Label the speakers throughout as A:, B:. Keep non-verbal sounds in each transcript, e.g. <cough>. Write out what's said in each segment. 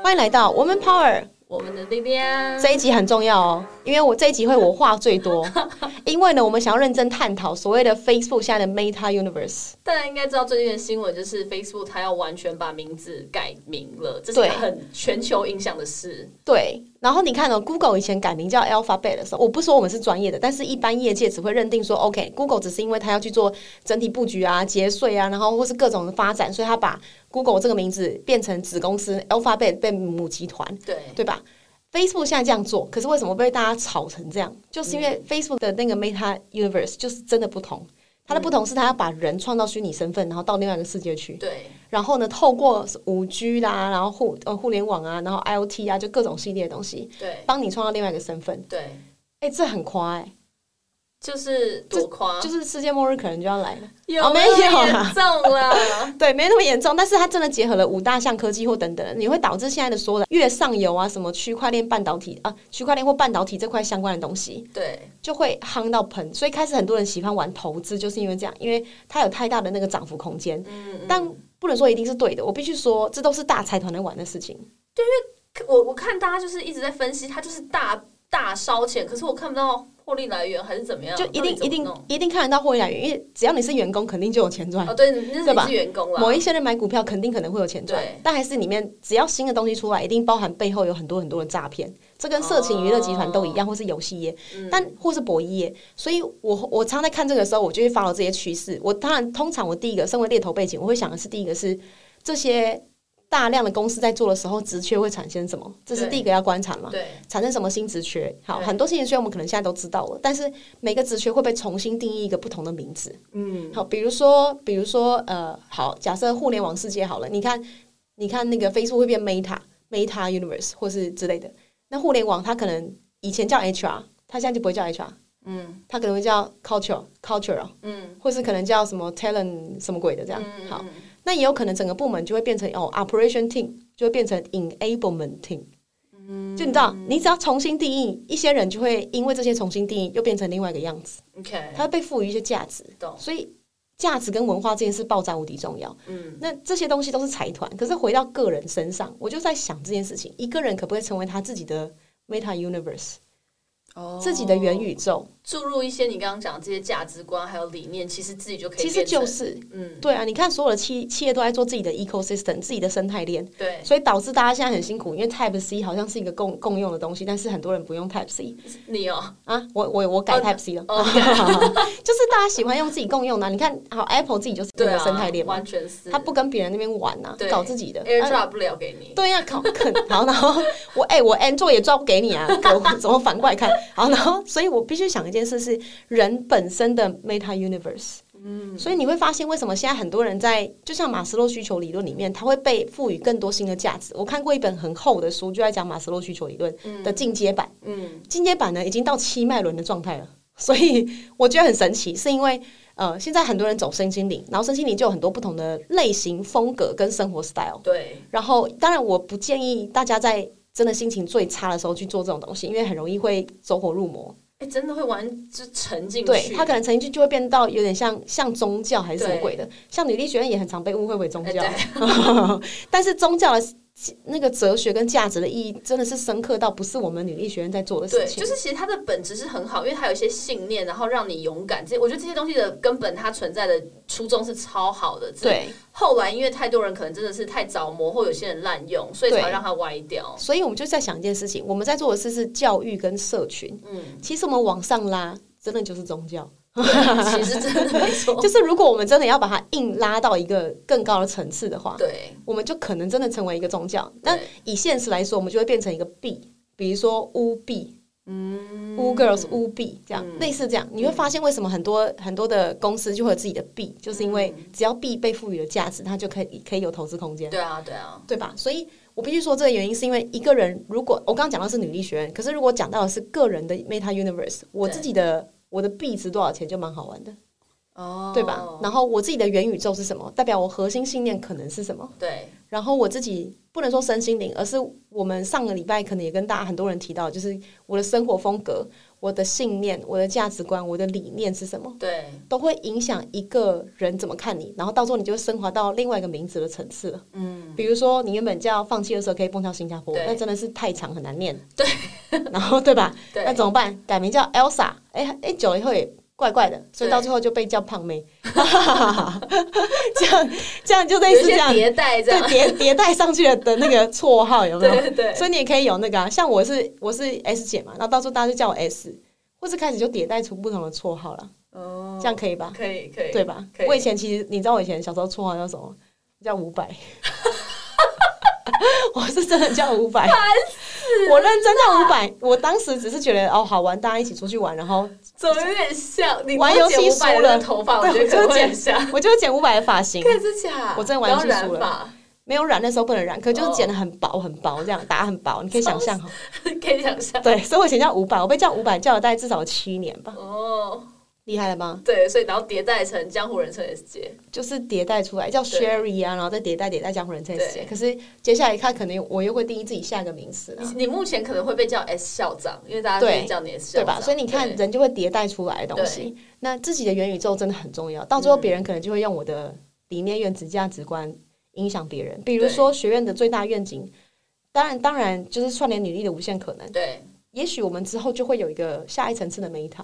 A: 欢迎来到 Woman Power。
B: 我们的力量。
A: 这一集很重要哦，因为我这一集会我话最多，因为呢，我们想要认真探讨所谓的 Facebook 现在的 Meta Universe。
B: 大家应该知道最近的新闻就是 Facebook 它要完全把名字改名了，这是一
A: 对
B: 个很全球影响的事。
A: 对，然后你看哦，Google 以前改名叫 Alphabet 的时候，我不说我们是专业的，但是一般业界只会认定说，OK，Google、只是因为它要去做整体布局啊、节税啊，然后或是各种的发展，所以它把 Google 这个名字变成子公司 Alphabet 被母集团，
B: 对，
A: 对吧？Facebook 现在这样做，可是为什么被大家吵成这样？就是因为 Facebook 的那个 Meta Universe 就是真的不同。它的不同是，它要把人创造虚拟身份，然后到另外一个世界去。
B: 对，
A: 然后呢，透过五 G 啦，然后互呃互联网啊，然后 IOT 啊，就各种系列的东西，
B: 对，
A: 帮你创造另外一个身份。
B: 对，
A: 哎，这很夸哎、
B: 就是多夸，
A: 就是世界末日可能就要来了。
B: <laughs> 有
A: 哦没
B: 那么
A: 有啊
B: 严重啦？
A: 对，没那么严重，但是它真的结合了五大项科技或等等，你会导致现在的所有的越上游啊，什么区块链、半导体啊，区块链或半导体这块相关的东西，
B: 对，
A: 就会夯到喷，所以开始很多人喜欢玩投资，就是因为这样，因为它有太大的那个涨幅空间。
B: 嗯，嗯
A: 但不能说一定是对的，我必须说，这都是大财团在玩的事情。
B: 我我看大家就是一直在分析，它就是大大烧钱，可是我看不到获利来源还是怎么样，
A: 就一定一
B: 到底啊怎么
A: 定
B: 弄
A: 一定看得到获利来源，因为只要你是员工，肯定就有钱赚。
B: 哦，对，那是
A: 对
B: 你
A: 吧
B: 是员工啦，
A: 某一些人买股票，肯定可能会有钱赚
B: 对，
A: 但还是里面只要新的东西出来，一定包含背后有很多很多的诈骗。这跟色情娱乐集团都一
B: 哦
A: 样，或是游戏业，
B: 嗯
A: 但或是博弈业。所以我我常在看这个时候，我就会 follow 这些趋势。我当然通常我第一个身为猎头背景，我会想的是第一个是这些大量的公司在做的时候，职缺会产生什么，这是
B: 对
A: 第一个要观察嘛。
B: 对
A: 产生什么新职缺？好，
B: 对
A: 很多新职缺我们可能现在都知道了，但是每个职缺会被重新定义一个不同的名字。
B: 嗯
A: 好，比如说，比如说，呃，好，假设互联网世界好了，你看，你看那个 Facebook 会变 Meta、Meta Universe 或是之类的。那互联网它可能以前叫 HR，它现在就不会叫 HR，
B: 嗯
A: 它可能会叫 Culture、Culture，
B: 嗯
A: 或是可能叫什么 Talent 什么鬼的这样。
B: 嗯，
A: 好，
B: 嗯，
A: 那也有可能整个部门就会变成哦 Operation Team，就会变成 Enablement Team。
B: 嗯
A: 就你知道，你只要重新定义，一些人就会因为这些重新定义，又变成另外一个样子，
B: ，OK，
A: 它会被赋予一些价值。
B: 懂，
A: 所以价值跟文化这件事爆炸无敌重要。
B: 嗯
A: 那这些东西都是财团，可是回到个人身上，我就在想这件事情：一个人可不可以成为他自己的 Meta Universe，、
B: 哦
A: 自己的元宇宙？
B: 注入一些你刚刚讲的这些价值观还有理念，其实自己就可以
A: 其
B: 变
A: 实
B: 成。
A: 就是
B: 嗯，
A: 对啊，你看所有的企企业都在做自己的 ecosystem，自己的生态链。
B: 对，
A: 所以导致大家现在很辛苦，因为 Type C 好像是一个共共用的东西，但是很多人不用 Type C
B: 你哦，
A: 啊。我我我改 Type C 了，
B: 哦
A: <laughs> 就是大家喜欢用自己共用的啊、你看，好 Apple 自己就是这
B: 对
A: 个
B: 啊，
A: 生态链嘛，
B: 完全是。
A: 它不跟别人那边玩啊
B: 对，
A: 搞自己的。啊
B: AirDrop 不了给你，
A: 对呀、搞啃 <laughs> 好，然后我哎、我 N 做也抓不给你啊， <laughs> 给我怎么反过来看？好，然后所以我必须想一件事是人本身的 Meta Universe。
B: 嗯，
A: 所以你会发现，为什么现在很多人在，就像马斯洛需求理论里面，它会被赋予更多新的价值。我看过一本很厚的书，就在讲马斯洛需求理论的进阶版。
B: 嗯
A: 进阶版呢，已经到七脉轮的状态了。所以我觉得很神奇，是因为呃，现在很多人走身心灵，然后身心灵就有很多不同的类型、风格跟生活 style。
B: 对，
A: 然后，当然我不建议大家在真的心情最差的时候去做这种东西，因为很容易会走火入魔。
B: 哎，真的会玩就沉进去，哎
A: 对他可能曾经就会变到有点像像宗教还是什么
B: 对
A: 鬼的，像女力学院也很常被误会为宗
B: 哎
A: 教，
B: 对
A: <laughs> 但是宗教的那个哲学跟价值的意义真的是深刻到不是我们女力学院在做的事
B: 对，
A: 情
B: 就。是其实它的本质是很好，因为它有一些信念，然后让你勇敢。这我觉得这些东西的根本，它存在的初衷是超好的。只是
A: 对，
B: 后来因为太多人可能真的是太着魔，或有些人滥用，所以才
A: 对
B: 让它歪掉。
A: 所以我们就在想一件事情，我们在做的事是教育跟社群。
B: 嗯，
A: 其实我们往上拉，真的就是宗教。
B: 对其实真的没
A: <laughs>
B: 错。
A: 就是如果我们真的要把它硬拉到一个更高的层次的话，
B: 对，
A: 我们就可能真的成为一个宗教。但
B: 对
A: 以现实来说，我们就会变成一个币，比如说巫币、
B: 嗯
A: 巫 girls、巫币这样，
B: 嗯
A: 类似这样。你会发现为什么很多很多的公司就会有自己的币，就是因
B: 嗯
A: 为只要币被赋予了价值，它就可以可以有投资空间，
B: 对啊，对啊，
A: 对吧？所以我必须说这个原因是因为一个人如果我刚刚讲到是女力学院，可是如果讲到的是个人的 Meta Universe，我
B: 对
A: 自己的我的币值多少钱就蛮好玩的，
B: 哦
A: 对吧？然后我自己的元宇宙是什么，代表我核心信念可能是什么。
B: 对，
A: 然后我自己不能说身心灵，而是我们上个礼拜可能也跟大家很多人提到，就是我的生活风格，我的信念、我的价值观、我的理念是什么，
B: 对，
A: 都会影响一个人怎么看你，然后到时候你就会升华到另外一个名字的层次了。
B: 嗯，
A: 比如说，你原本叫放弃的时候可以蹦跳新加坡，
B: 对
A: 那真的是太长很难念。对， <laughs> 然后对吧？
B: 对
A: 那怎么办？改名叫 Elsa，哎、哎、久了以后也怪怪的，所以
B: 对
A: 到最后就被叫胖妹。 <laughs> 这样这样就类
B: 有一
A: 似
B: 些
A: 这样，
B: 迭代这
A: 对
B: 样，
A: 迭迭代上去的那
B: <laughs>
A: 个绰号有没有？
B: 对对
A: 所以你也可以有那个、啊，像我是我是 S 姐嘛，然后到时候大家就叫我 S，或是开始就迭代出不同的绰号了，
B: 哦
A: 这样可以吧？
B: 可以可以，
A: 对吧
B: 可？以
A: 我以前其实你知道我以前小时候绰号叫什么？叫五
B: <laughs>
A: 百，我是真的叫五百，我认真叫五百。我当时只是觉得哦好玩，大家一起出去玩，然后
B: 怎么有点像你
A: 玩游戏
B: 五百
A: 输
B: 的
A: 了
B: 头发，我
A: 对
B: 觉得
A: 我就
B: 可能会
A: 剪
B: 很像。
A: 我就剪五百的发型，
B: 看这假，
A: 我真的
B: 不
A: 玩
B: 要
A: 技
B: 染
A: 术了
B: 发，
A: 没有染那时候不能染，可就是
B: 哦
A: 剪的很薄很薄，这样打很薄，你可以想象哦。
B: <laughs> 可以想象。
A: <laughs> 对，所以我以前叫五百，我被叫五百叫了大概至少七年吧，
B: 哦，
A: 厉害了吗？
B: 对，所以然后迭代成江湖人称 S 姐，
A: 就是迭代出来，叫
B: 对
A: Sherry 啊，然后再迭代迭代江湖人再
B: 对
A: 写。可是接下来看，可能我又会定义自己下一个名词
B: 你
A: 了，
B: 你目前可能会被叫 S 校长，因为大家
A: 对
B: 会叫你 S 校
A: 对
B: 长，
A: 吧？所以你看，
B: 对
A: 人就会迭代出来的东西。那自己的元宇宙真的很重要，到最后
B: 嗯
A: 别人可能就会用我的理念、原子、价值观影响别人。比如说学院的最大愿景，当然当然就是串联履历的无限可能。
B: 对，
A: 也许我们之后就会有一个下一层次的 Meta，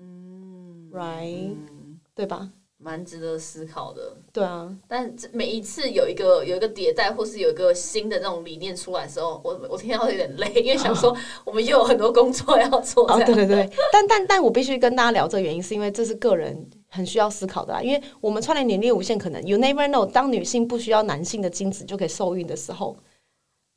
B: 嗯
A: Right
B: 嗯
A: 对吧？
B: 蛮值得思考的。
A: 对啊，
B: 但这每一次有一个有一个迭代，或是有一个新的那种理念出来的时候，我我听到有点累， <laughs> 因为想说我们又有很多工作要做，
A: 哦，
B: 这
A: 对
B: 样
A: 对对， <laughs> 但但但我必须跟大家聊这个原因，是因为这是个人很需要思考的啦。啊因为我们串联年龄无限可能，you never know，当女性不需要男性的精子就可以受孕的时候，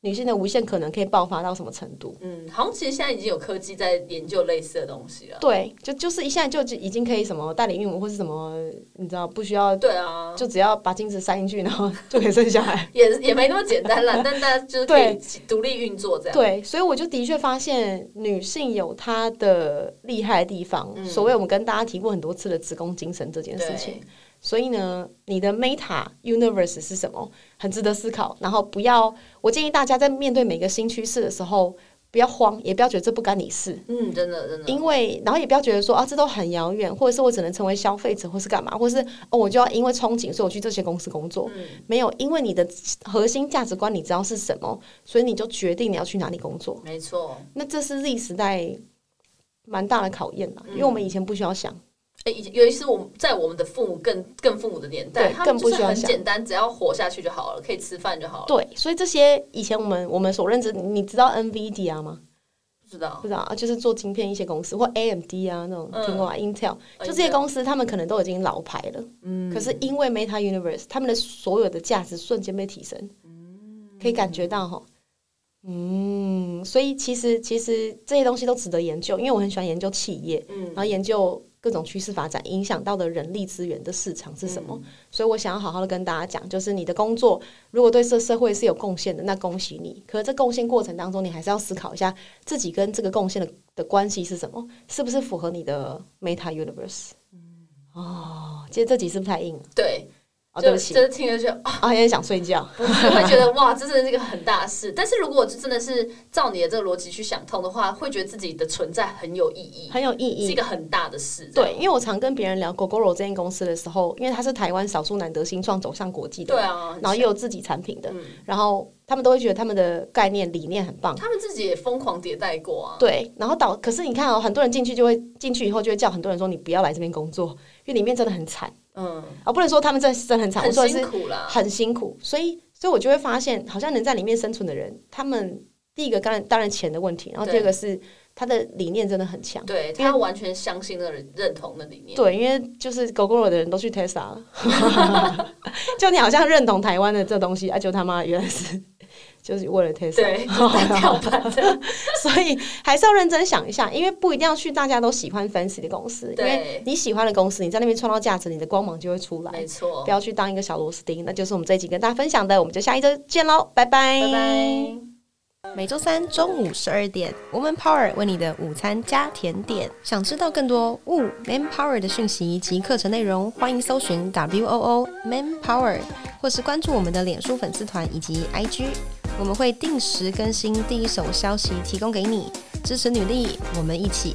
A: 女性的无限可能可以爆发到什么程度？
B: 嗯，好像其实现在已经有科技在研究类似的东西了。
A: 对，就就是一下就已经可以什么代理孕母或是什么，你知道不需要，
B: 对啊，
A: 就只要把精子塞进去，然后就可以生小孩。
B: 也也没那么简
A: <laughs>
B: 单啦，但大家就是可以独立运作 <laughs> 这样。
A: 对，所以我就的确发现女性有她的厉害的地方。
B: 嗯
A: 所谓我们跟大家提过很多次的子宫精神这件事情，
B: 对，
A: 所以呢，你的 Meta Universe 是什么，很值得思考。然后不要，我建议大家在面对每个新趋势的时候，不要慌，也不要觉得这不干你事。
B: 嗯，真的真的，
A: 因为，然后也不要觉得说啊，这都很遥远，或者是我只能成为消费者，或是干嘛，或是哦，我就要因为憧憬，所以我去这些公司工作。
B: 嗯
A: 没有，因为你的核心价值观你知道是什么，所以你就决定你要去哪里工作。
B: 没错。
A: 那这是 Z 时代蛮大的考验啦，
B: 嗯
A: 因为我们以前不需要想，
B: 哎以尤其是我们在我们的父母更更父母的年代，
A: 对
B: 他们
A: 更
B: 就
A: 不
B: 是
A: 需要
B: 很
A: 想
B: 简单，只要活下去就好了，可以吃饭就好了。
A: 对，所以这些以前我们我们所认知，你知道 NVIDIA 吗？
B: 不知道
A: 不知道啊，就是做晶片一些公司或 AMD 啊那种
B: 嗯
A: 苹果啊、Intel，
B: 呃
A: 就这些公司，他们可能都已经老牌了，
B: 嗯
A: 可是因为 Meta Universe，他们的所有的价值瞬间被提升，
B: 嗯
A: 可以感觉到哈。嗯，所以其实其实这些东西都值得研究，因为我很喜欢研究企业，
B: 嗯
A: 然后研究各种趋势发展影响到的人力资源的市场是什么。
B: 嗯
A: 所以我想要好好的跟大家讲，就是你的工作如果对社社会是有贡献的，那恭喜你。可是这贡献过程当中，你还是要思考一下自己跟这个贡献的的关系是什么，是不是符合你的 Meta Universe？哦，
B: 嗯
A: 今天这集是不是太硬了？
B: 对，
A: 哦，对
B: 就
A: 不起，
B: 就是听着就啊，
A: 啊，有点想睡觉。
B: 不是会觉得哇，这真的是一个很大的事。但是如果真的是照你的这个逻辑去想通的话，会觉得自己的存在很有意义，
A: 很有意
B: 是一
A: 义。
B: 个很大的事。这样
A: 对，因为我常跟别人聊 GoGoRo 这间公司的时候，因为它是台湾少数难得新创走向国际的，
B: 对啊，
A: 然后也有自己产品的，
B: 嗯
A: 然后他们都会觉得他们的概念理念很棒。
B: 他们自己也疯狂迭代过啊。
A: 对，然后导可是你看哦，很多人进去就会进去以后就会叫很多人说你不要来这边工作，因为里面真的很惨
B: 嗯，
A: 啊，不能说他们真的真的很惨，我
B: 很
A: 说的是
B: 辛苦啦。
A: 很辛苦，所以所以我就会发现，好像能在里面生存的人，他们第一个当然当然钱的问题，然后第
B: 对
A: 二个是他的理念真的很强。
B: 对他完全相信那个人认同的理
A: <laughs>
B: 念，
A: 对，因为就是狗狗肉的人都去 Tesla <laughs> 了，就你好像认同台湾的这东西，啊，就他妈原来是 <laughs> 就是为了 Tesla， <laughs>
B: 对， <laughs> 就是跳板的，
A: 所以还是要认真想一下，因为不一定要去大家都喜欢 fancy 的公司，因为
B: 对，
A: 你喜欢的公司，你在那边创造价值，你的光芒就会出来
B: 没。错
A: 不，要去当一个小螺丝钉，那就是我们这一集跟大家分享的，我们就下一周见喽，拜拜，
B: 拜拜。
C: 每周三中午十二点，Woman Power 为你的午餐加甜点。想知道更多 Wo Man Power 的讯息及课程内容，欢迎搜寻 W O O Man Power，或是关注我们的脸书粉丝团以及 IG，我们会定时更新第一手消息，提供给你支持女力，我们一起